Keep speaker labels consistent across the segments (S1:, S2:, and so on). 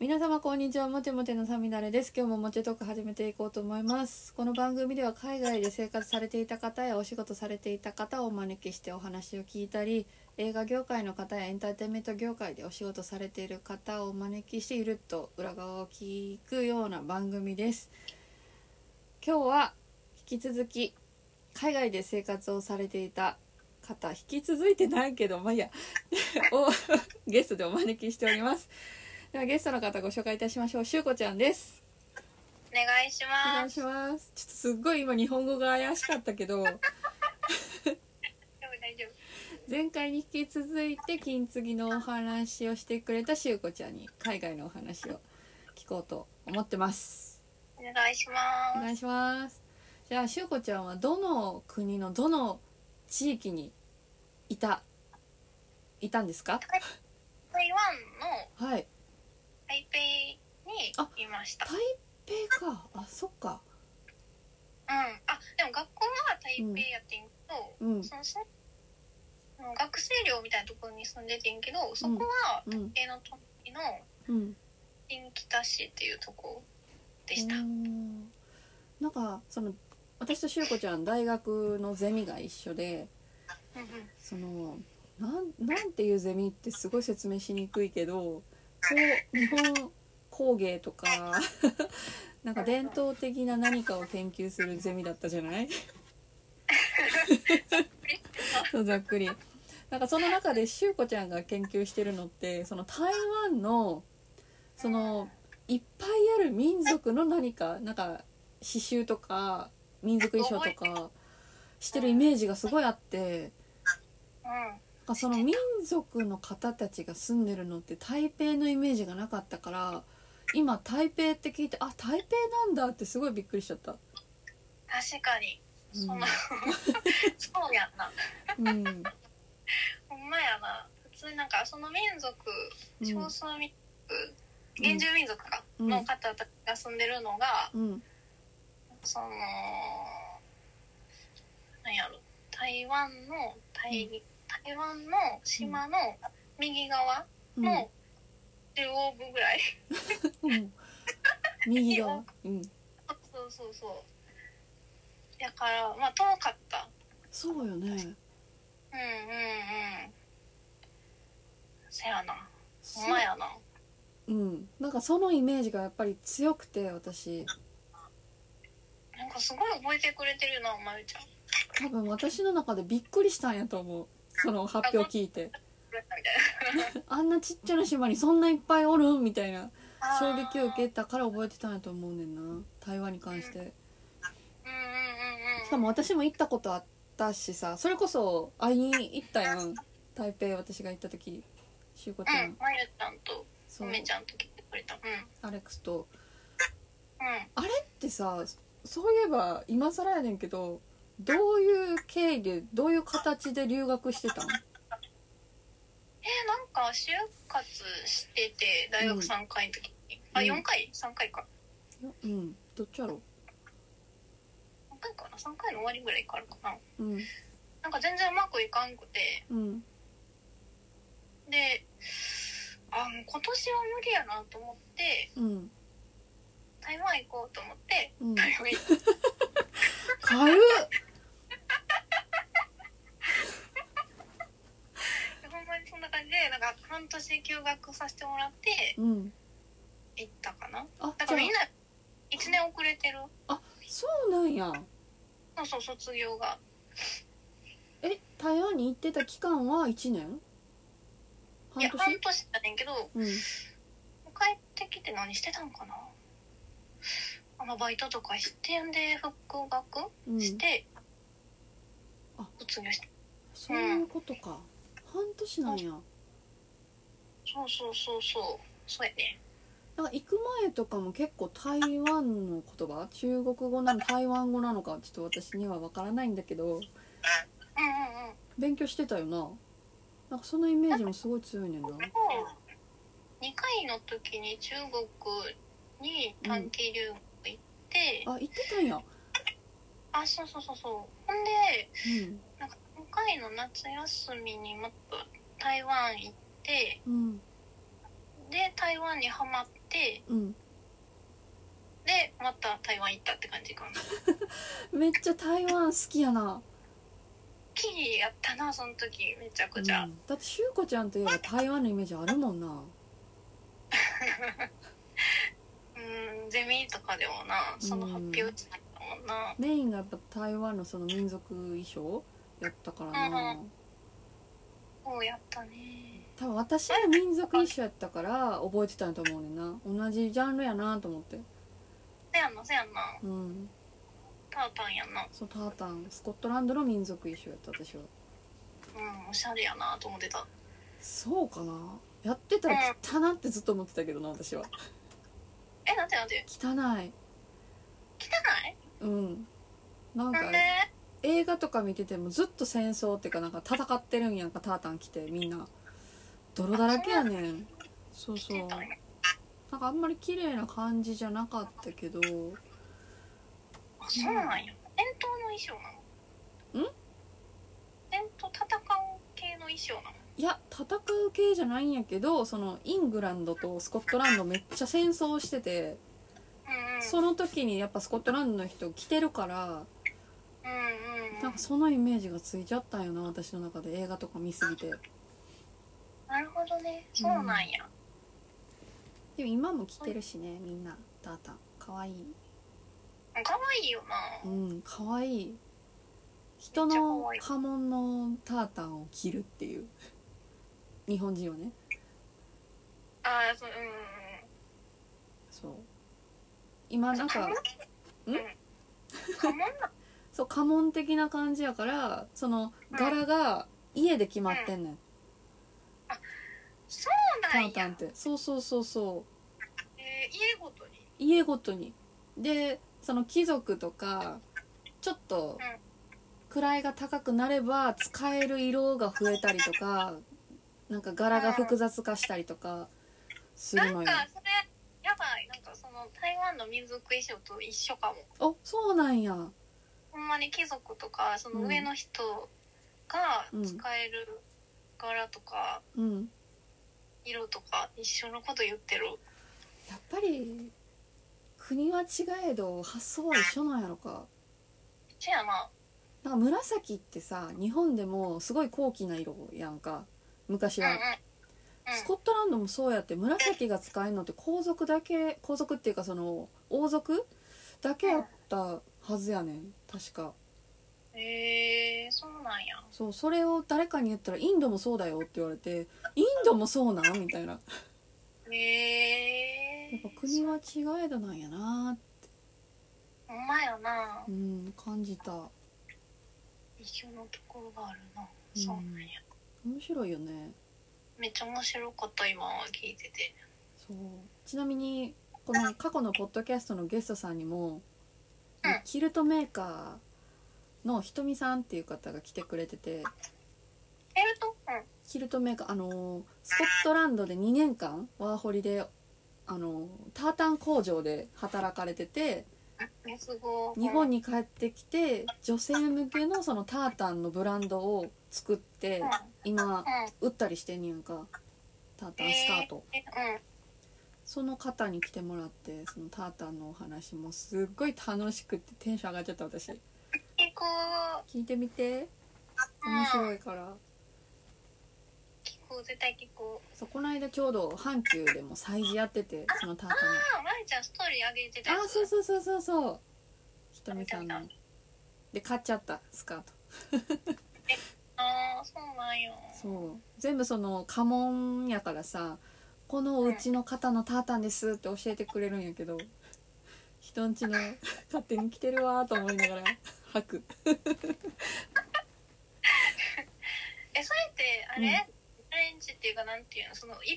S1: 皆様こんにちはもてもてのさみだれです今日ももてトーク始めていこうと思いますこの番組では海外で生活されていた方やお仕事されていた方をお招きしてお話を聞いたり映画業界の方やエンターテインメント業界でお仕事されている方をお招きしているっと裏側を聞くような番組です今日は引き続き海外で生活をされていた方引き続いてないけどまあいいや をゲストでお招きしておりますではゲストの方ご紹介いたしましょうしゅうこちゃんです
S2: お願いし
S1: お願
S2: ま
S1: い
S2: す。
S1: しますちょっとすっごい今日本語が怪しかったけど
S2: 大丈夫大丈夫。
S1: 前回に引き続いて金継ぎのお話をしてくれたしゅうこちゃんに海外のお話を聞こうと思ってます
S2: お願いし
S1: お
S2: ま
S1: 願
S2: す。
S1: いしますじゃあしゅうこちゃんはどの国のどの地域にいたいたんですか
S2: 台湾の
S1: はい
S2: 台北にいました。うん。
S1: 台北かあそっか
S2: あ、でも学校は台北やってんけど、
S1: うん
S2: そのその学生寮みたいなところに住んでてんけど、そこは
S1: うん
S2: 家の隣の
S1: うん
S2: 新北市っていうとこでした。
S1: お
S2: うん。
S1: ーなんかその私としゅうこちゃん大学のゼミが一緒で
S2: うん
S1: そのなんなんていうゼミってすごい説明しにくいけどそう日本工芸とか なんか伝統的な何かを研究するゼミだったじゃ ないそうざっくりなんかその中でしゅうこちゃんが研究してるのってその台湾のそのいっぱいある民族の何かなんか刺繍とか民族衣装とかしてるイメージがすごいあって。
S2: うん。
S1: あその民族の方たちが住んでるのって台北のイメージがなかったから今台北って聞いてあ台北なんだってすごいびっくりしちゃった、
S2: 確かに。その、
S1: うん
S2: そうやんな。
S1: うん
S2: ほんまやな。普通になんかその民族、
S1: うん
S2: 少数民族、原住民族か、の方たちが住んでるのが、
S1: うん
S2: そのなんやろ台湾の台,、台湾の島の右側
S1: うん
S2: の中央部ぐらい、
S1: うん右側うん
S2: そうそうそうだからまあ遠かった
S1: そうよね
S2: うんうんうんせやな
S1: そ
S2: ほんまやな
S1: うんなんかそのイメージがやっぱり強くて私
S2: なんかすごい覚えてくれてるなまゆちゃん
S1: 多分私の中でびっくりしたんやと思うその発表聞いて
S2: これみたい
S1: あんなちっちゃな島にそんないっぱいおるみたいな
S2: な
S1: 衝撃を受けたから覚えてたんやと思うねんな台湾に関して。
S2: うんうんうんうん
S1: しかも私も行ったことあったしさそれこそ会いに行ったやん台北私が行った時しゅうこちゃん、
S2: うんまゆちゃんと
S1: そう
S2: 梅ちゃんと来てくれたうん
S1: アレックスと
S2: うん
S1: あれってさそういえば今更やねんけどどういう経緯でどういう形で留学してたん
S2: えーなんか就活してて大学3回の時に、あ
S1: うん
S2: 4回3回か
S1: うんどっちやろ
S2: 何回かな3回の終わりぐらいからかな
S1: うん
S2: なんか全然うまくいかんくて
S1: うん
S2: であもう今年は無理やなと思って
S1: うん
S2: 台湾行こうと思って
S1: うん
S2: 台湾行っ
S1: かゆっ
S2: てほんまにそんな感じでなんか半年休学させてもらって
S1: うん
S2: 行ったかな
S1: あじ
S2: だか
S1: ゃ
S2: らみんな1年遅れてる
S1: あそうなんや
S2: そうそう卒業が
S1: え台湾に行ってた期間は1年
S2: いや
S1: 半
S2: 半
S1: 年
S2: 年やねんけど
S1: うん
S2: 帰ってきて何してたんかなあのバイトとかしてんで復学
S1: うん
S2: して、
S1: あ
S2: 卒業して
S1: そういうことか、半年なんや
S2: そうそうそうそうそうやね
S1: なんか行く前とかも結構台湾の言葉中国語なの台湾語なのかちょっと私には分からないんだけど
S2: うんうんうん
S1: 勉強してたよななんかそのイメージもすごい強いねんな
S2: そう2回の時に中国に短期留学行って、
S1: あ行ってたんや
S2: あそうそうそうそうほんで
S1: うん
S2: なんか今回の夏休みにまた台湾行って
S1: うん
S2: で台湾にハマって
S1: うん
S2: でまた台湾行ったって感じかな
S1: めっちゃ台湾好きやな、
S2: キーやったなその時めちゃ
S1: う
S2: く
S1: ん、
S2: ちゃ、
S1: だってしゅうこちゃんといえば台湾のイメージあるもんな
S2: うんゼミとかでもなその発表しなったもんな、
S1: メインがやっぱ台湾のその民族衣装やったからな、
S2: うんそうやったね
S1: 多分私は民族衣装やったから覚えてたんやと思うねんな同じジャンルやなと思って
S2: せやんなせやんな
S1: うん
S2: タータンやんな
S1: そうタータンスコットランドの民族衣装やった私は
S2: うんおしゃれやなと思ってた
S1: そうかなやってたら汚なってずっと思ってたけどな私は
S2: えなんてなんて
S1: 汚い
S2: 汚い
S1: うんなんか
S2: なんで
S1: 映画とか見ててもずっと戦争っていうかなんか戦ってるんやんかタータン着てみんな泥だらけやねんそう
S2: 着
S1: そう
S2: てたんや
S1: なんかあんまり綺麗な感じじゃなかったけど
S2: あそうなんや戦闘の衣装なの
S1: ん
S2: 戦闘戦う系の衣装なの
S1: いや戦う系じゃないんやけどそのイングランドとスコットランドめっちゃ戦争してて
S2: うんうん
S1: その時にやっぱスコットランドの人着てるから
S2: うんうんうん
S1: なんかそのイメージがついちゃったんよな私の中で映画とか見すぎて
S2: なるほどねそうなんや、
S1: でも今も着てるしねみんなタータンかわいい
S2: 可愛いよな、
S1: うんかわいい人
S2: めっちゃ可
S1: の
S2: 愛い
S1: 家紋のタータンを着るっていう 日本人はね
S2: ああそううんうん
S1: そう今なんか
S2: うん家紋な
S1: そう家紋的な感じやからその
S2: うん
S1: 柄が家で決まってんねん、
S2: そう
S1: タ
S2: なん
S1: ータン
S2: や
S1: っ、てそうそうそうそう
S2: えー、家ごとに
S1: 家ごとにでその貴族とかちょっと
S2: うん
S1: 位が高くなれば使える色が増えたりとかなんか柄が複雑化したりとかする
S2: な
S1: の
S2: ん
S1: よ
S2: かそれやばいなんかその台湾の民族衣装と一緒かも
S1: あそうなんや
S2: ほんまに貴族とかその上の人が
S1: うん
S2: 使える柄とか
S1: うん
S2: 色とか一緒のこと言ってる
S1: やっぱり国は違えど発想は一緒なんやろか
S2: せやな
S1: なんか紫ってさ日本でもすごい高貴な色やんか昔
S2: うんうん
S1: は、スコットランドもそうやって紫が使えるのって皇族だけ皇族っていうかその王族だけやったはずやねん確か
S2: うんえー、そうなんや
S1: そうそれを誰かに言ったらインドもそうだよって言われてインドもそうなんみたいな
S2: えー、
S1: やっぱ国は違えどなんやな
S2: ほんまやな
S1: うん感じた
S2: 一緒のところがあるな、
S1: うん
S2: そうなんや
S1: 面白いよね
S2: めっちゃ面白かった今聞いてて
S1: そうちなみにこの過去のポッドキャストのゲストさんにも、
S2: うん
S1: キルトメーカーのひとみさんっていう方が来てくれてて
S2: ベルトうん
S1: キルトメーカーあのースコットランドで2年間ワーホリであのータータン工場で働かれてて
S2: えすごい
S1: 日本
S2: に
S1: に帰ってきて女性向けのそのタータンのブランドを作って
S2: うんうん
S1: 今売ったりしてんねやんかタータンスタート。
S2: えうん
S1: その方に来てもらってそのタータンのお話もすっごい楽しくてテンション上がっちゃった私
S2: 結構
S1: 聞いてみて
S2: うん
S1: 面白いから、
S2: 聞こう絶対聞こう
S1: そうこの間ちょうど阪急でも催事やっててそのタータン
S2: ああまりちゃんストーリー上げてたや
S1: のあ
S2: つ
S1: そうそうそうそうそうひとみさんの
S2: 見た見
S1: で買っちゃったスカート
S2: あーそうなんよ
S1: そう全部その家紋やからさこのお家の方のタータンですって教えてくれるんやけど人んちの勝手に来てるわーと思いながら吐く
S2: えそれってあれ、
S1: うん
S2: オレンジっていうかなんていうのその一般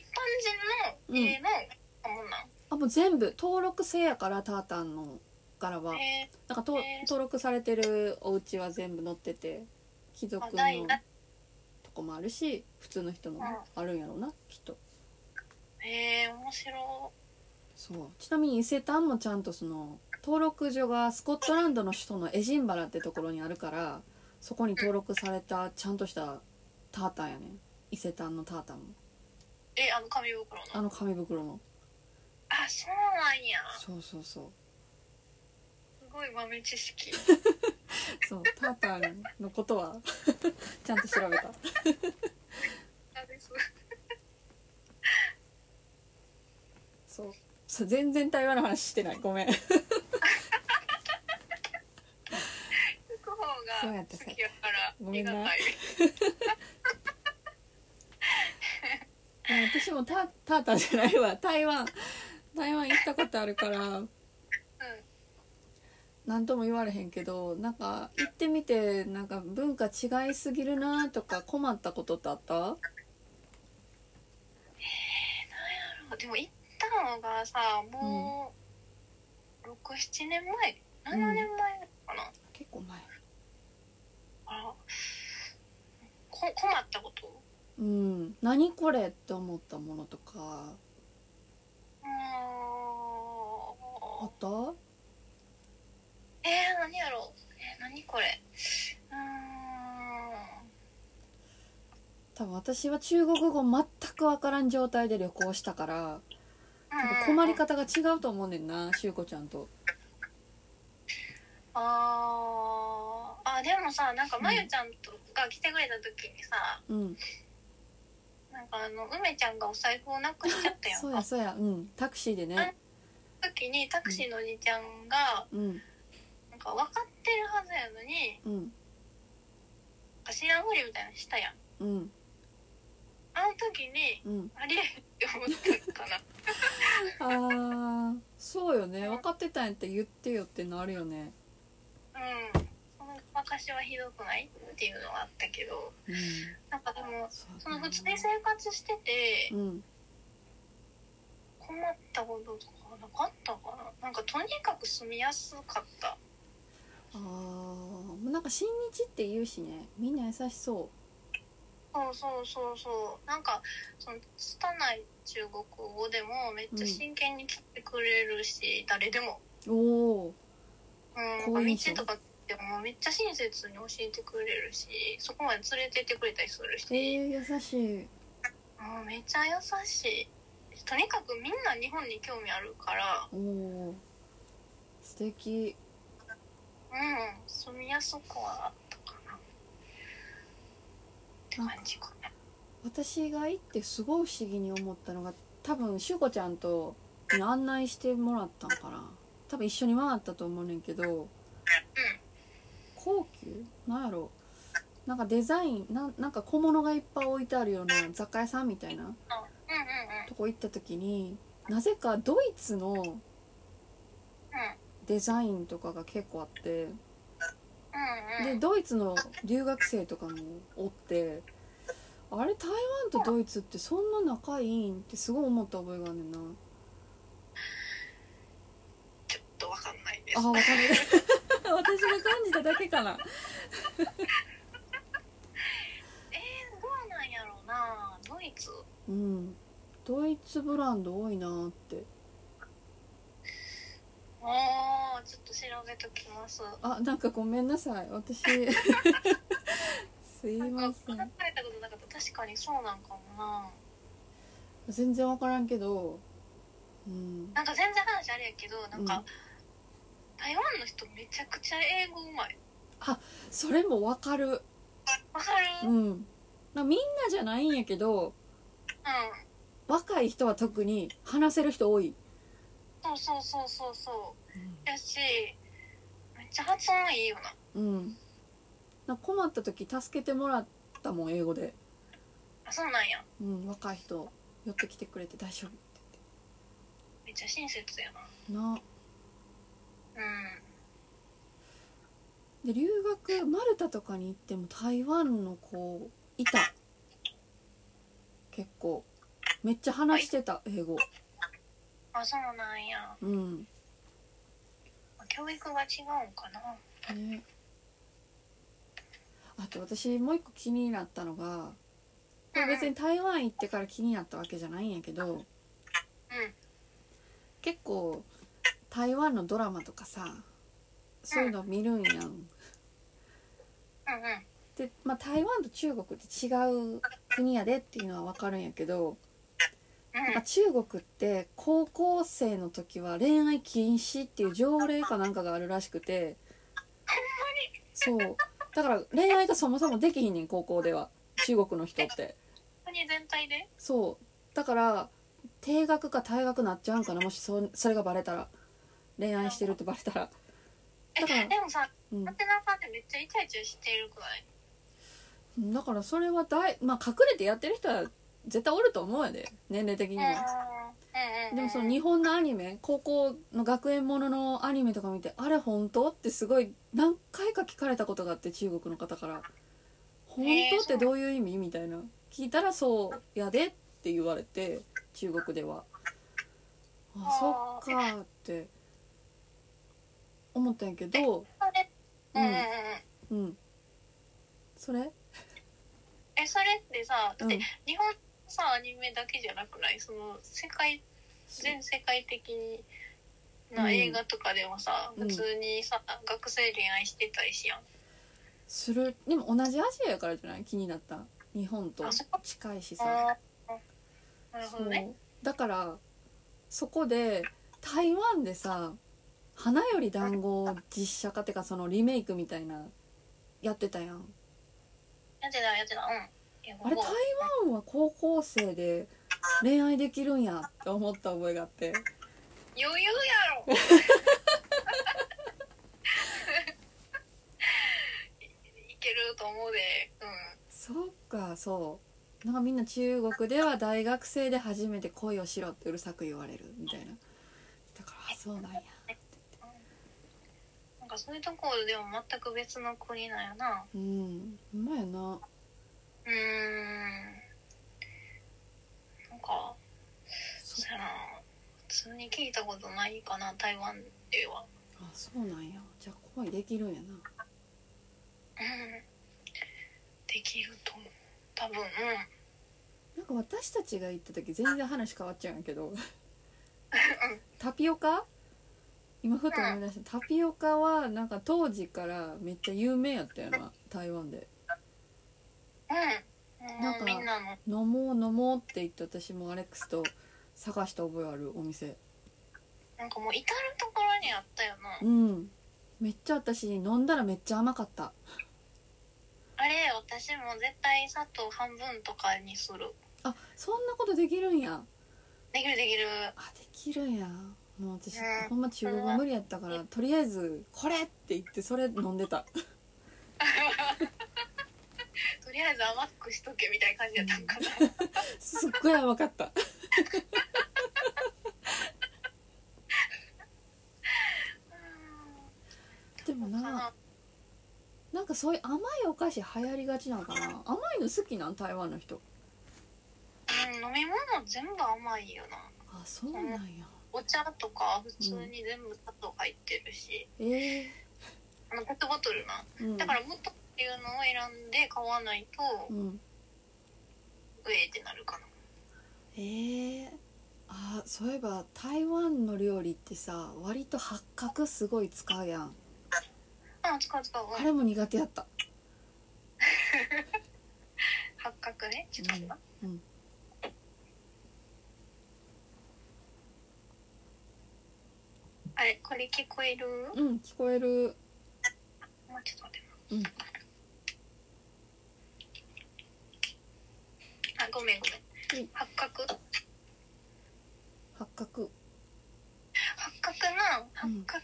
S2: 人の家の、あもんなん
S1: あもう全部登録制やからタータンの柄は
S2: えー
S1: なんかと
S2: えー
S1: 登録されてるお家は全部載ってて貴族
S2: あ
S1: の
S2: ないな
S1: とこもあるし普通の人のもあるんやろうなきっと
S2: えー、面白
S1: そうちなみに伊勢丹もちゃんとその登録所がスコットランドの首都のエジンバラってところにあるからそこに登録されたちゃんとしたタータンやね伊勢丹のタータンも
S2: えあの紙袋の
S1: あの紙袋の
S2: あそうなんや
S1: そうそうそう
S2: すごい豆 知識
S1: そうタータンのことは ちゃんと調べた
S2: なんです
S1: そうそう全然台湾の話してないご めん
S2: 聞く方が
S1: そうやった
S2: 好きやから
S1: ごめんな
S2: ありがたい
S1: まあ私もタタータンじゃないわ台湾台湾行ったことあるから何とも言われへんけどなんか行ってみてなんか文化違いすぎるなとか困ったことってあった
S2: うんでも行ったのがさもう67年前7年前かな、
S1: 結構前
S2: あらこ困ったこと
S1: うん何これって思ったものとか
S2: う
S1: あ
S2: ーん
S1: った
S2: えー、何やろうえー、何これうーん
S1: 多分私は中国語全く分からん状態で旅行したから多分困り方が違うと思うねんなしゅうこちゃんと
S2: あーあでもさなんか
S1: うん
S2: まゆちゃんとが来てくれた時にさ、
S1: うん
S2: なんかあの梅ちゃんがお財布をなくしちゃったやん
S1: そう
S2: か
S1: やそうやうんタクシーでね
S2: 時にタクシーのおじちゃんが
S1: うん
S2: なんか分かってるはずやのに
S1: うん
S2: 知らんふりみたいなのしたやん
S1: うん
S2: あの時に
S1: うん
S2: ありえへんって思ったかな
S1: あーそうよね分かってたんやって言ってよってなるよね
S2: うんその昔はひどくないっていうのはあったけど
S1: うん
S2: なんかでも
S1: そ
S2: そうの
S1: やな
S2: 普通に生活してて
S1: うん
S2: 困ったこととかなかったかななんかとにかく住みやすかった
S1: あーなんか親日って言うしねみんな優しそ
S2: そうそうそうそうなんかその拙い中国語でもめっちゃ真剣に聞いてくれるし、誰でも、
S1: うおお
S2: うん、
S1: 好
S2: なん
S1: 印
S2: か
S1: 象
S2: 道とかでもめっちゃ親切に教えてくれるしそこまで連れてってくれたりするし、
S1: えー、優しい
S2: もうめっちゃ優しいとにかくみんな日本に興味あるから
S1: おお素敵
S2: うん住みやすくはあったかなって感じかな
S1: 私が行ってすごい不思議に思ったのが多分しゅうこちゃんとに案内してもらったんかな多分一緒に回ったと思うねんけど高級なんやろなんかデザインなんなんか小物がいっぱい置いてあるような雑貨屋さんみたいな
S2: うんうん
S1: とこ行った時になぜかドイツのデザインとかが結構あって
S2: うんうんう
S1: で
S2: ん
S1: ドイツの留学生とかもおってあれ台湾とドイツってそんな仲いいんってすごい思った覚えがあるねんな
S2: ちょっとわかんないです
S1: あわかる 私が感じただけかな
S2: どうなんやろうなドイツ
S1: うんドイツブランド多いなって
S2: ああちょっと調べときます
S1: あなんかごめんなさい 私すい
S2: なん
S1: ま
S2: か
S1: せ
S2: 考
S1: ん
S2: えたことなかった確かにそうなんかもな
S1: 全然分からんけどうん
S2: なんか全然話あれやけどなんか、台湾の人めちゃくちゃ英語うまい
S1: それも分かる
S2: わかる
S1: う
S2: うん、
S1: んなみんなじゃないんやけど若い人は特に話せる人多い、
S2: そうそうそうそうそうやしめっちゃ発音いいよな
S1: うん、なんか困った時助けてもらったもん英語で、
S2: あそうなんや
S1: うん、若い人寄ってきてくれて大丈夫って
S2: めっちゃ親切やな
S1: 言ってな
S2: うん
S1: で留学マルタとかに行っても台湾の子いた結構めっちゃ話してた英語
S2: あそうなんや
S1: うん
S2: 教育が違うんかな
S1: ねあと私もう一個気になったのがこれ別に台湾行ってから気になったわけじゃないんやけど結構台湾のドラマとかさそういうの見るんやん。
S2: うんうんうん
S1: で、まあ、台湾と中国って違う国やでっていうのは分かるんやけどなんか中国って高校生の時は恋愛禁止っていう条例かなんかがあるらしくてそうだから恋愛がそもそもできひんねん高校では中国の人って
S2: 国全体で
S1: そうだから低学か退学なっちゃうんかなもしそそれがバレたら恋愛してるってバレたら
S2: え
S1: だから
S2: でもさ
S1: うん
S2: アテナさんってめっちゃイチャイチャしてるくらい
S1: だからそれは大まあ隠れてやってる人は絶対おると思うやで年齢的に
S2: うん
S1: は。
S2: うんうん
S1: でもその日本のアニメ高校の学園もののアニメとか見て「あれ本当?」ってすごい何回か聞かれたことがあって中国の方から「本当ってどういう意味?」みたいな聞いたら「そうやで」って言われて中国では「あ
S2: あー
S1: そっか」って思ったんやけど
S2: それ
S1: う
S2: うんんうんうん
S1: うんそれ
S2: えそれってさだ
S1: う
S2: って
S1: ん
S2: 日本のさアニメだけじゃなくないその世界全世界的
S1: うん
S2: な映画とかでもさ、
S1: うん
S2: 普通にさ学生恋愛してたりしやん
S1: するでも同じアジアやからじゃない気になった日本と
S2: あそっ
S1: 近いしさ。
S2: あーなるほ
S1: そ
S2: ど
S1: う
S2: ね
S1: だからそこで台湾でさ「花より団子」を実写化ってかそのリメイクみたいなやってたやん
S2: やってたやってたうんいや
S1: あれ
S2: こ
S1: 台
S2: こ
S1: 湾は高校生で恋愛できるんやって思った覚えがあって
S2: 余裕やろいいけると思うでう
S1: そっかそうなんかみんな中国では大学生で初めて恋をしろってうるさく言われるみたいなだからあそうなんや
S2: んなんかそういうところでも全く別の国なんやな
S1: うんうまやな
S2: うーんなんか
S1: そ
S2: そやな普通に聞いたことないかな台湾では
S1: あそうなんやじゃあ恋できるんやな
S2: うんできると思う多分うん
S1: なんか私たちが行った時全然話変わっちゃうんやけどタピオカ今ふと思い出したタピオカはなんか当時からめっちゃ有名やったよな台湾で
S2: うん
S1: なん
S2: も
S1: か
S2: うみんなの
S1: 飲もう飲もうって言って私もアレックスと探した覚えあるお店
S2: なんかもう至る所にあったよな
S1: うんめっちゃ私飲んだらめっちゃ甘かった
S2: あれ私も絶対砂糖半分とかにする
S1: あそんなことできるんや
S2: できるできる
S1: あできるんやもう私
S2: うん
S1: ほんま中国語無理やったからとりあえず「これ!」って言ってそれ飲んでた
S2: とりあえず甘くしとけみたいな感じやったんかな
S1: すっごい甘かった でもななんかそういう甘いお菓子流行りがちなのかな甘いの好きなん台湾の人
S2: うん飲み物全部甘いよな
S1: あそうなんや
S2: お茶とか普通に全部砂糖入ってるし、
S1: ええ
S2: あのペットボトルな
S1: うん
S2: だからもっとっていうのを選んで買わない
S1: う
S2: と
S1: ん
S2: うえーってなるかな
S1: ええあそういえば台湾の料理ってさ割と八角すごい使うやん
S2: あ使う使う
S1: あ
S2: うん
S1: れも苦手やった
S2: 八角ねちょっと待ってな
S1: うん
S2: あれこれ聞こえる
S1: うん聞こえる
S2: もうちょっと待って
S1: うん
S2: あごめんごめ
S1: うん
S2: ん八角
S1: 八角
S2: 八角な
S1: う
S2: 八
S1: ん
S2: 角、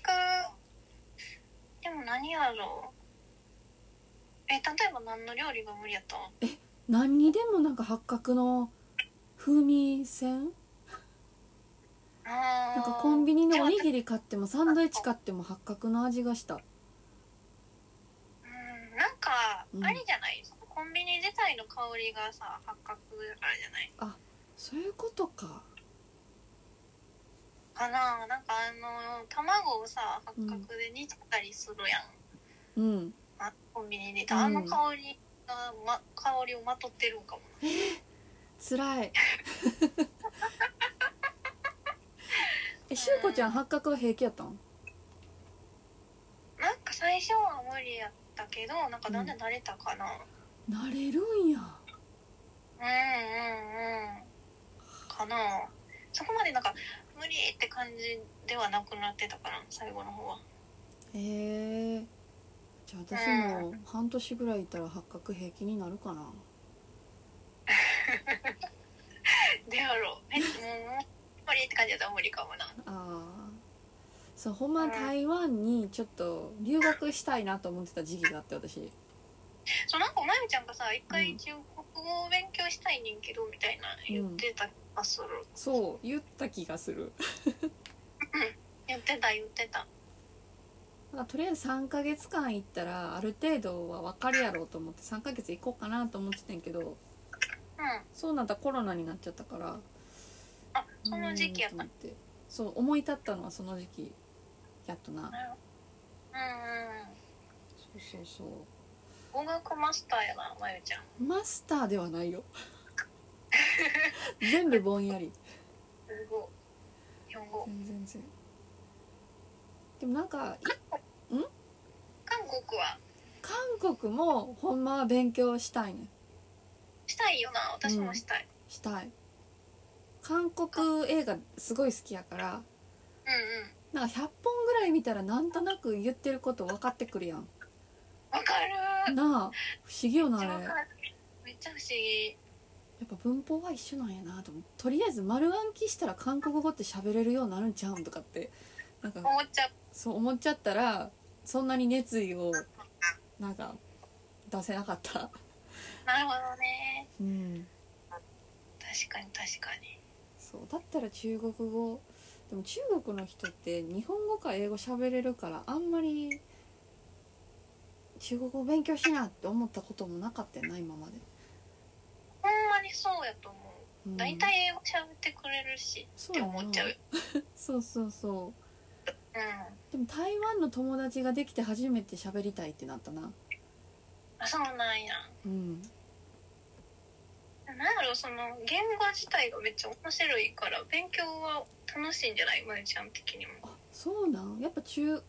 S2: でも何やろうえ例えば何の料理が無理やった
S1: 何にでもなんか八角の風味線
S2: な
S1: なんかコンビニのおにぎり買ってもサンドイッチ買っても八角の味がした
S2: うんなんか
S1: うん
S2: あれじゃない、そのコンビニ自体の香りがさ八角だからじゃない
S1: そういうことか
S2: かななんかあの卵をさ八角で煮たりするやん、
S1: うん
S2: あコンビニで、
S1: うん
S2: あの香りが、ま、香りをまとってるんかもな
S1: つらい えしゅうこちゃん八角は平気やったん
S2: なんか最初は無理やったけどなんかだんだん慣れたかな、
S1: なれるんや
S2: うんうんうんかかなそこまでなんか無理って感じではなくなってたかな最後の方は
S1: へえじゃあ私も半年ぐらいいたら八角平気になるかな
S2: であ ろうえもう無理って感じだったら無理かもな
S1: あーそうほんま台湾にちょっと留学したいなと思ってた時期があって私
S2: そうなんかまゆみちゃんがさ一
S1: う
S2: 回
S1: ん
S2: 中国語を勉強したいねんけどみたいな言ってた気がする、
S1: そう言った気がする
S2: 言ってた言ってた
S1: まあとりあえず3ヶ月間行ったらある程度は分かるやろうと思って3ヶ月行こうかなと思ってたんやけど
S2: うん
S1: そうなったらコロナになっちゃったから
S2: あその時期やっ
S1: うーん
S2: た
S1: と思ってそう思い立ったのはその時期やっとな
S2: うんうん
S1: そうそうそ
S2: 語学マスターやなまゆみちゃん
S1: うマスターではない よ全部ぼんやり
S2: すごい日本語
S1: 全然全然でもなんかい
S2: 韓国は
S1: 韓国もほんまは勉強したいね
S2: したいよな私もしたい、
S1: したい韓国映画すごい好きやから
S2: うん、うん
S1: なんか100本ぐらい見たらなんとなく言ってること分かってくるやん
S2: わかる
S1: なあ不思議よなあ
S2: めっ
S1: れ
S2: ちゃ
S1: や
S2: わ
S1: っ
S2: かるめっちゃ不思議
S1: ぱ文法は一緒なんやなと思ってとりあえず丸暗記したら韓国語って喋れるようになるんちゃうんとかってなんか
S2: 思っちゃう
S1: そう思っちゃったらそんなに熱意をなんか出せなかった
S2: なるほどね
S1: うん
S2: 確かに確かに
S1: そうだったら中国語でも中国の人って日本語か英語喋れるからあんまり中国語勉強しなって思ったこともなかったよな今まで、
S2: ほんまにそうやと思う
S1: うん、
S2: 大体英語喋ってくれるし
S1: そう
S2: って
S1: やな
S2: 思っちゃうよ
S1: そうそうそう
S2: うん
S1: でも台湾の友達ができて初めて喋りたいってなったな
S2: あそうなんや
S1: うん
S2: なんやろその言語自体がめっちゃ面白いから勉強は楽しいんじゃないまゆちゃん的にも
S1: あそうなんやっぱ中ん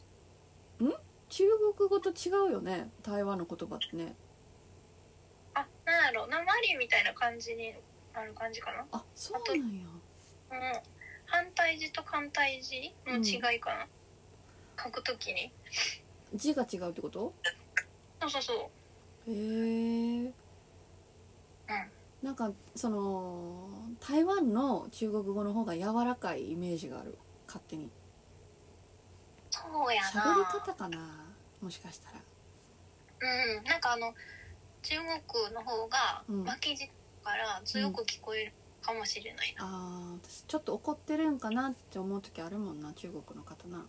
S1: 中国語と違うよね台湾の言葉ってね
S2: あなんやろなまりみたいな感じになる感じかな
S1: あそうなんや
S2: うん反対字と反対字の違いかな、書くときに
S1: 字が違うってこと
S2: そうそうそう
S1: へえなんかその台湾の中国語の方が柔らかいイメージがある勝手に
S2: そうやな
S1: 喋り方かなもしかしたら
S2: うんなんかあの中国の方が
S1: うん
S2: 巻き字から強く聞こえるかもしれないな
S1: あー私ちょっと怒ってるんかなって思う時あるもんな中国の方な
S2: うんうんうんう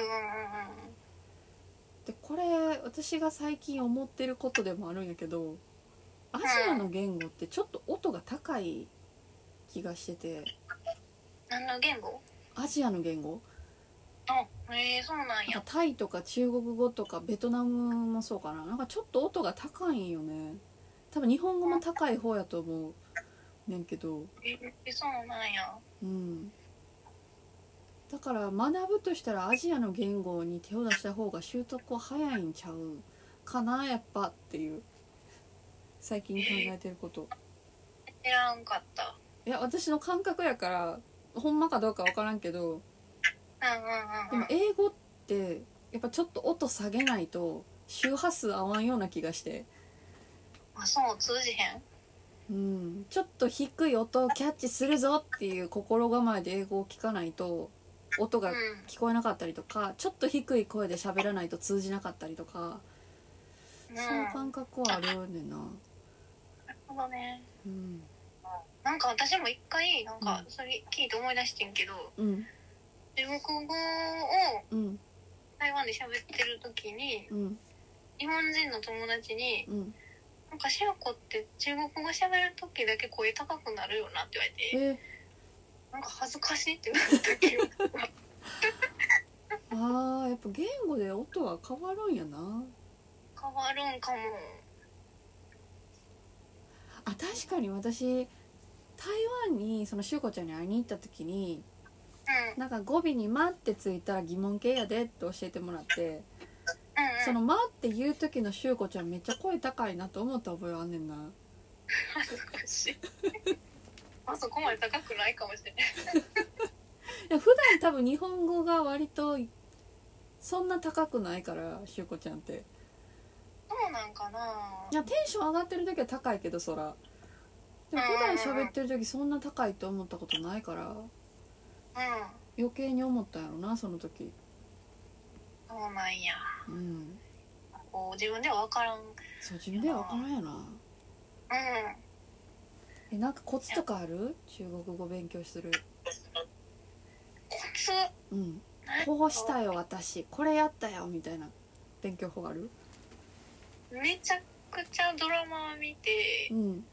S2: ん
S1: でこれ私が最近思ってることでもあるんやけどアジアの言語ってちょっと音が高い気がしてて
S2: 何の言語
S1: アジアの言語
S2: あえー、そうなん
S1: なん
S2: や
S1: かタイとか中国語とかベトナムもそうかななんかちょっと音が高いんよね多分日本語も高い方やと思うねんけど
S2: えー、そうなんや
S1: うんだから学ぶとしたらアジアの言語に手を出した方が習得は早いんちゃうかなやっぱっていう最近考えてること
S2: 知らんかった
S1: いや私の感覚やからほんまかどうか分からんけど
S2: うんう
S1: で
S2: んうんう
S1: も
S2: ん
S1: 英語ってやっぱちょっと音下げないと周波数合わんような気がして
S2: あそう通じへん
S1: うん、ちょっと低い音をキャッチするぞっていう心構えで英語を聞かないと音
S2: う
S1: が
S2: ん
S1: 聞こえなかったりとかちょっと低い声で喋らないと通じなかったりとか
S2: うん
S1: そう
S2: ないる
S1: う感覚はあるよねんな、
S2: ほどね
S1: うん
S2: なんか私も一回なんかそれ聞いて思い出してんけど、
S1: うん
S2: 中国語を
S1: うん
S2: 台湾で喋ってる時に
S1: うん
S2: 日本人の友達に
S1: うん
S2: 「なんかしおこって中国語喋る時だけ声高くなるよな」って言われて
S1: え
S2: 「なんか恥ずかしい」って言われたけど
S1: あーやっぱ言語で音は変わるんやな
S2: 変わるんかも
S1: あ確かに私台湾にそのしゅうこちゃんに会いに行った時に
S2: うんうん
S1: なんか語尾に「ま」ってついたら疑問形やでって教えてもらって
S2: うん
S1: その「ま」って言う時のしゅうこちゃんめっちゃ声高いなと思った覚えはあんねんな
S2: 恥ずかしいあそこまで高くないかもしれない
S1: いや普段多分日本語が割とそんな高くないからしゅうこちゃんって
S2: そうなんかない
S1: やテンション上がってる時は高いけどそらでも普段喋ってる時そんな高いと思ったことないから
S2: うん
S1: 余計に思ったんやろなその時
S2: そうなんや
S1: うん
S2: こう自分では分からんうん
S1: そう自分では分からんやなえなんかコツとかある中国語勉強する
S2: コツ
S1: うんこうしたよ私これやったよみたいな勉強法ある
S2: めちゃくちゃドラマ見て
S1: うん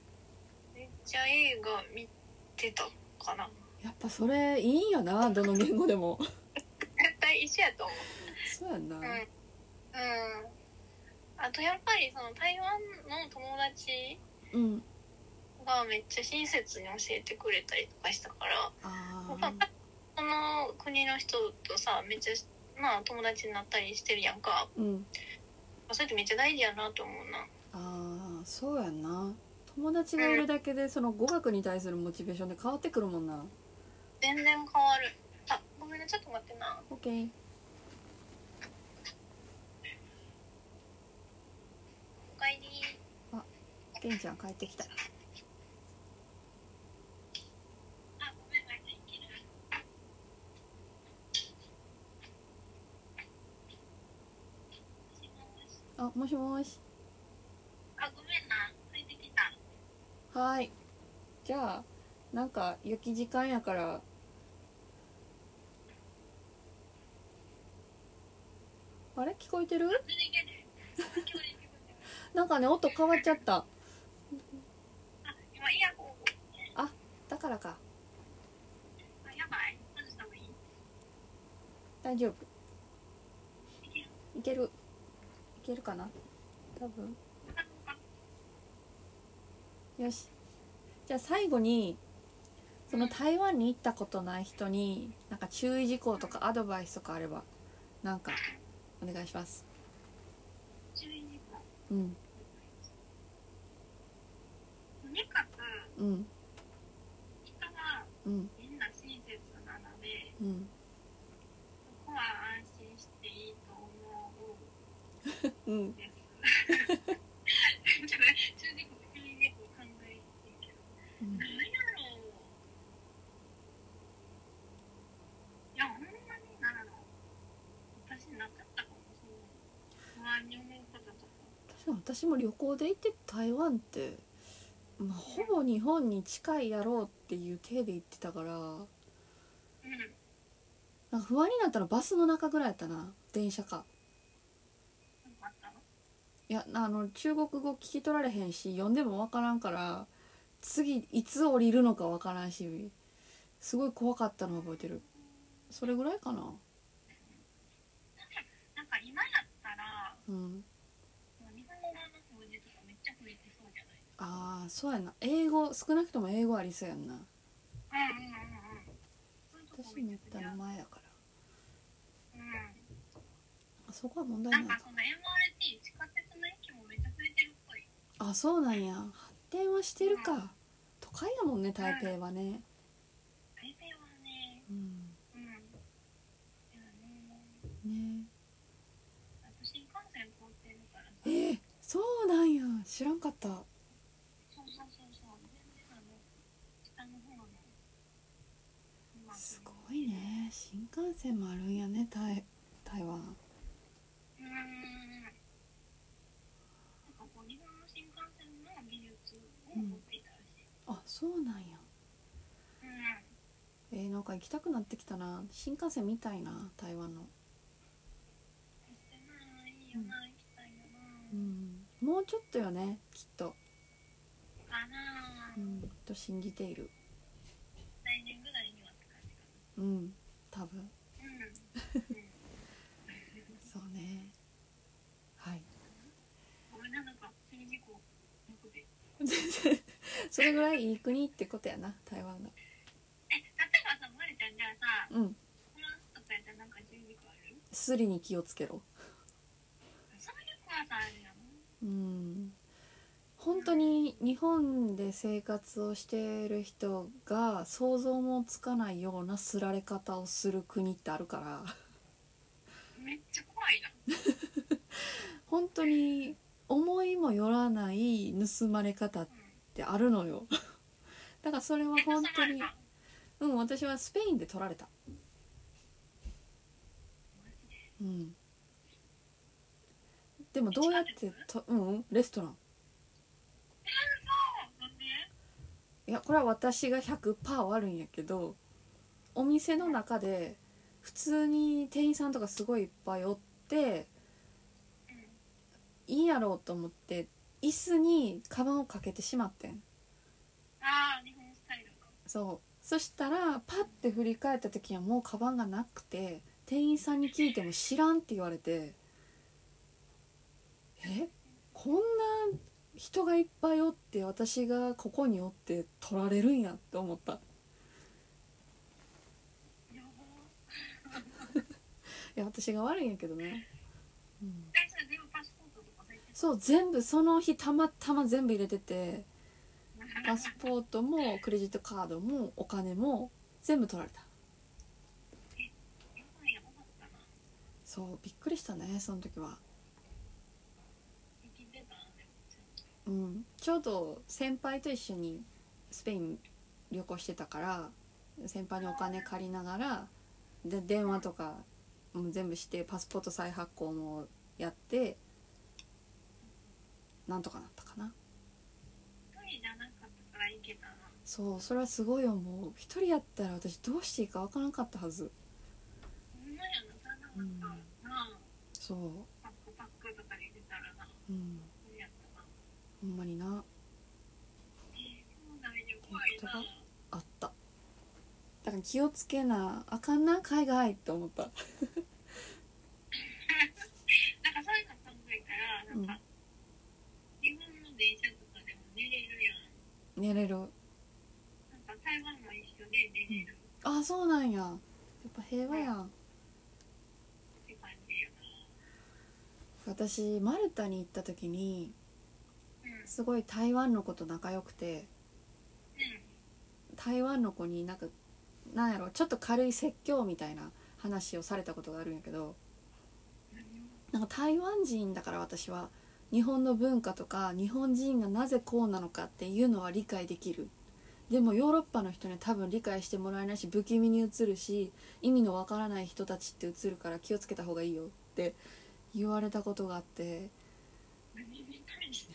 S2: めっちゃ映画見てたかな
S1: やっぱそれいいんやなどの言語で も
S2: 絶対一緒やと思う
S1: そうやんな
S2: うんうんあとやっぱりその台湾の友達
S1: うん
S2: がめっちゃ親切に教えてくれたりとかしたから
S1: あ
S2: や
S1: あ
S2: っぱその国の人とさめっちゃまあ友達になったりしてるやんか
S1: うん
S2: それってめっちゃ大事やなと思うな
S1: ああそうやんな友達がいるだけでその語学に対するモチベーションで変わってくるもんな
S2: 全然変わるあごめんねちょっと待ってな
S1: OK
S2: おかえり
S1: けんちゃん帰ってきた
S2: あごめんなさいける
S1: あもしもし
S2: あごめんなついてきた
S1: はーいじゃあなんか雪時間やからあれ聞こえてる
S2: ついてきて
S1: なんかね音変わっちゃった
S2: あ今イヤホン
S1: だからか
S2: あやばい外した方がいい
S1: 大丈夫
S2: い
S1: いけ
S2: ける
S1: るいけるかな多分よしじゃあ最後にその台湾に行ったことない人になんか注意事項とかアドバイスとかあればなんかお願いします
S2: 注意事項
S1: うん
S2: とにかく
S1: うん
S2: 人は
S1: うん
S2: みんな親切なので
S1: うん
S2: そこは安心していいと思う
S1: うん
S2: です。じゃない正直結構考えてるけど。
S1: うん
S2: なんやろう。いや、ほんまになんやろう。私なかったかもしれない。不安に思うこととか。
S1: 確かに私も旅行で行って台湾って、まあ、ほぼ日本に近いやろうっていう体で行ってたから
S2: うん。
S1: なんか不安になったのバスの中ぐらいやったな電車か
S2: なんかあったの
S1: いやあの中国語聞き取られへんし読んでも分からんから次いつ降りるのか分からんしすごい怖かったの覚えてるそれぐらいかな
S2: なんか今やったら、
S1: うん
S2: もう日本語の表示とかめっちゃ増えてそうじゃない
S1: ああそうやな英語少なくとも英語ありそうやんな
S2: うんうんうんうん。そういうとこ
S1: 私
S2: め
S1: に
S2: っ
S1: 言っ
S2: ち
S1: た
S2: ゃ増
S1: ら
S2: えて
S1: 前やから
S2: うん。
S1: あそこは問題
S2: な
S1: ない
S2: んかその MRT 地下鉄の駅もめっちゃ増えてるっぽい。
S1: あそうなんや発展はしてるか都会やもんね台北はね
S2: 台北はね、
S1: うん
S2: うん。でもね、
S1: ね
S2: あと新幹線通ってるからさ。
S1: えーそうなんや知らんかった
S2: そうそうそうそう。全然あの下の方の。まあ
S1: すごい。ね新幹線もあるんやね台台湾
S2: うーん。なんかこう日本の新幹線の技術を持っていたらしい。
S1: あそうなんや
S2: うん。
S1: えー、なんか行きたくなってきたな新幹線みたいな台湾の
S2: 行ってないよな、行きたいよな。
S1: うんもうちょっとよねきっと
S2: かな
S1: う。んと信じている
S2: 来年ぐらいにはって感じかな。
S1: うん多分
S2: うん。うん
S1: そうねはい
S2: ごめんななんか注意事項なくて。
S1: それぐらいいい国ってことやな台湾が
S2: え、例えばさ、まるちゃんじゃあさ、
S1: うん
S2: フランスとかやったらなんか注意事項ある
S1: スリに気をつけろ
S2: そういう子はさ、あるやん。
S1: うん本当に日本で生活をしている人が想像もつかないようなすられ方をする国ってあるから
S2: めっちゃ怖いな
S1: 本当に思いもよらない盗まれ方ってあるのよ だからそれは本当にうん私はスペインで取られたうんでもどうやってとうんレストランいやこれは私が100%悪いんやけどお店の中で普通に店員さんとかすごいいっぱいおっていいやろうと思って椅子にカバンをかけてしまってん
S2: ああ日本スタイルか
S1: そうそしたらパッて振り返った時にはもうカバンがなくて店員さんに聞いても知らんって言われてえこんな人がいっぱいおって私がここにおって取られるんやって思ったい
S2: やば
S1: や私が悪いんやけどね、うん、
S2: えそれ全部パスポートとか入ってる
S1: そう全部その日たまたま全部入れててパスポートもクレジットカードもお金も全部取られた
S2: やばいやばかったな
S1: そうびっくりしたねその時は、
S2: 生きてたでも
S1: うん、ちょうど先輩と一緒にスペイン旅行してたから先輩にお金借りながらで電話とかも全部してパスポート再発行もやってなんとかなったかな
S2: 一人じゃなかったからいけたな
S1: そうそれはすごい思う一人やったら私どうしていいかわからなかったはず
S2: ほんまやなだんだんなんかな
S1: そう、
S2: バックパックとかに入れたらな
S1: うん、
S2: 無理やったな
S1: ほんまにな
S2: そうなんや怖いな
S1: あっただから気をつけなあかんな海外って思った
S2: なんかそういうの考えたら、なんか、日本の電車とかでも寝れるやん。
S1: 寝れる
S2: なんか台湾も一緒で寝れる
S1: あそうなんややっぱ平和やん
S2: って感じやな。
S1: 私マルタに行った時に
S2: うん。うん。
S1: すごい台湾の子と仲良くて台湾の子になんかなんやろちょっと軽い説教みたいな話をされたことがあるんやけどなんか台湾人だから私は日本の文化とか日本人がなぜこうなのかっていうのは理解できるでもヨーロッパの人には多分理解してもらえないし不気味に映るし意味のわからない人たちって映るから気をつけた方がいいよって言われたことがあって
S2: 何に対して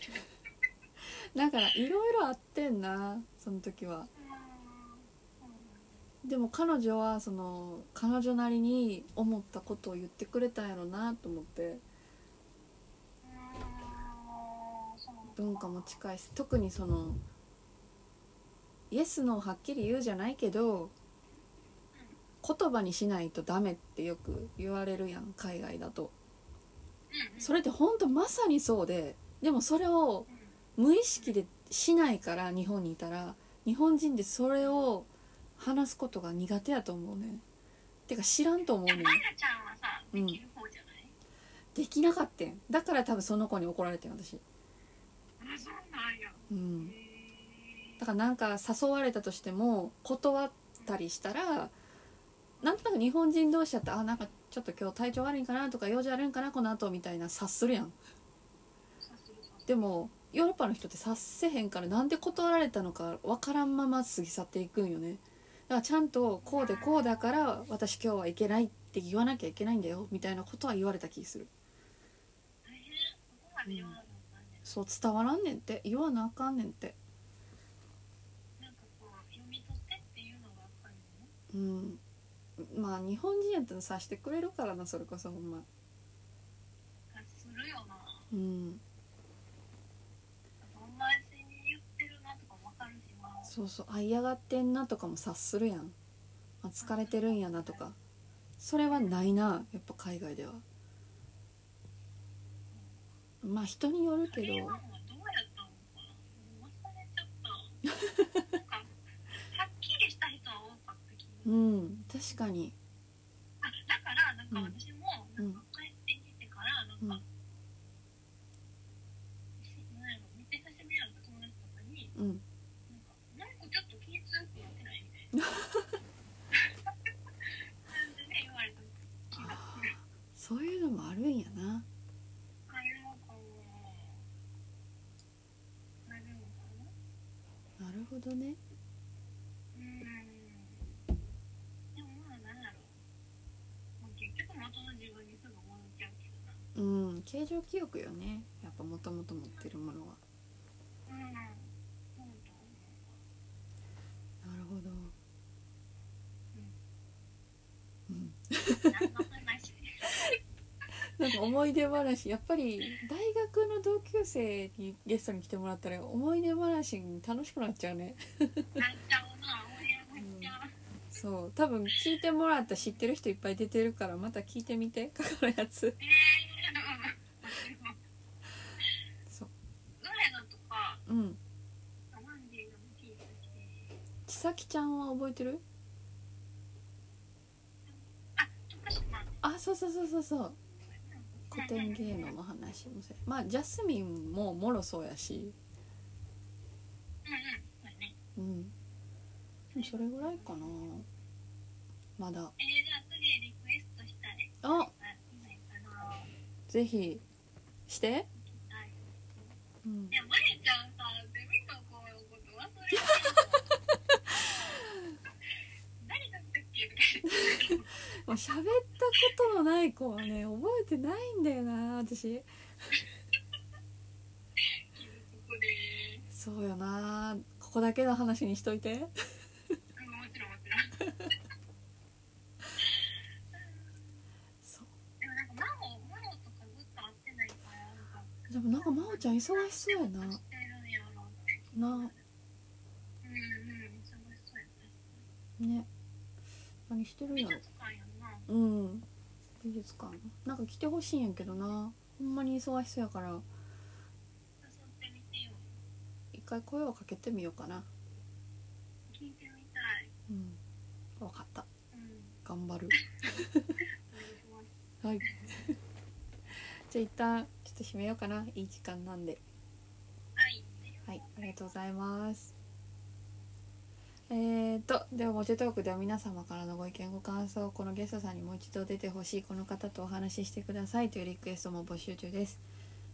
S1: だからいろいろあってんなその時はでも彼女はその彼女なりに思ったことを言ってくれたんやろなと思って文化も近いし特にそのイエスのはっきり言うじゃないけど言葉にしないとダメってよく言われるやん海外だとそれってほんとまさにそうででもそれを無意識でしないから日本にいたら日本人でそれを話すことが苦手やと思うねんてか知らんと思うねん
S2: ちゃんはさ、できる方じゃない、
S1: できなかったんだから多分その子に怒られてん私
S2: あ、そうなんや。
S1: うんだからなんか誘われたとしても断ったりしたらなんとなく日本人同士だったらあなんかちょっと今日体調悪いんかなとか用事あるんかなこの後みたいな察するやんでもヨーロッパの人って察せへんからなんで断られたのかわからんまま過ぎ去っていくんよねだからちゃんとこうでこうだから私今日はいけないって言わなきゃいけないんだよみたいなことは言われた気する
S2: 大変。ここまで言わなかったね。
S1: そう伝わらんねんって言わなあかんねんって
S2: なんかこう、読み取ってっていうのがわかるの
S1: うんまあ日本人やったら察してくれるからなそれこそほんま
S2: するよな。
S1: うん
S2: お前に言ってるなとかわかるしな。
S1: そうそうあ嫌がってんなとかも察するやんあ疲れてるんやなとかそれはないなやっぱ海外ではまあ人によるけど
S2: 台湾はどうやったのかな。もう忘れちゃった。なんかはっきりした人は多かった気が。
S1: うん確かに
S2: あ、だからなんか私もなんか帰ってきてからなんか。なんやろめっちゃ久しぶりや
S1: どね
S2: うんでもまあなんだろうもう結局元の自分にすぐ戻っちゃうけどな
S1: うん形状記憶よねやっぱもともと持ってるものは
S2: うんそうだね
S1: なるほどうん
S2: 何の話
S1: なんか思い出話やっぱり大学の同級生にゲストに来てもらったら思い出話に楽しくなっちゃうね
S2: なっちゃうな俺やっちゃう
S1: そう多分聞いてもらった知ってる人いっぱい出てるからまた聞いてみて 過去のやつ
S2: ねえうん
S1: そう
S2: 上野とか
S1: うん
S2: マンディの聞いたし
S1: ちさきちゃんは覚えてる
S2: あ徳島
S1: あそうそうそうそうそう古典芸能 の話もそうやまあジャスミンももろそうやし
S2: うんうんそうだね
S1: うんでもそれぐらいかなまだ
S2: えーじゃあ次リクエストしたい
S1: あ
S2: あいないかな
S1: ぜひして
S2: はい
S1: うん
S2: いや、まえちゃんさ、ゼミの子のこと忘れてるの誰だったっけみたいな。
S1: もう喋ったことのない子はね覚えてないんだよな私
S2: ここで、
S1: そうよなここだけの話にしといて
S2: うんもちろんもちろん。
S1: そ
S2: でもなんか、マオ、マオとかずっと会ってないから、なんか、
S1: うでもなんか真央ちゃん忙しそうやな
S2: してるんやろって。
S1: な
S2: うんうん、忙しそうやね。
S1: ね何してるん
S2: 美
S1: やろ
S2: 術館やんな。うん
S1: うん美術館なんか来てほしいんやけどなほんまに忙しそうやから
S2: 誘ってみてよ。
S1: 一回声をかけてみようかな
S2: 聞いてみたい。
S1: うん分かった
S2: うん。
S1: 頑張る
S2: お願いします
S1: はい じゃあ一旦ちょっと閉めようかないい時間なんで
S2: はい。
S1: はい、ありがとうございます。えーと、では、モテトークでは皆様からのご意見、ご感想、このゲストさんにもう一度出てほしい、この方とお話ししてくださいというリクエストも募集中です。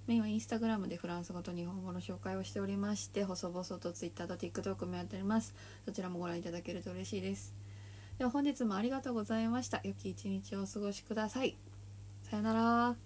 S1: メインはインスタグラムでフランス語と日本語の紹介をしておりまして、細々と Twitter と TikTok もやっております。そちらもご覧いただけると嬉しいです。では、本日もありがとうございました。良き一日をお過ごしください。さよなら。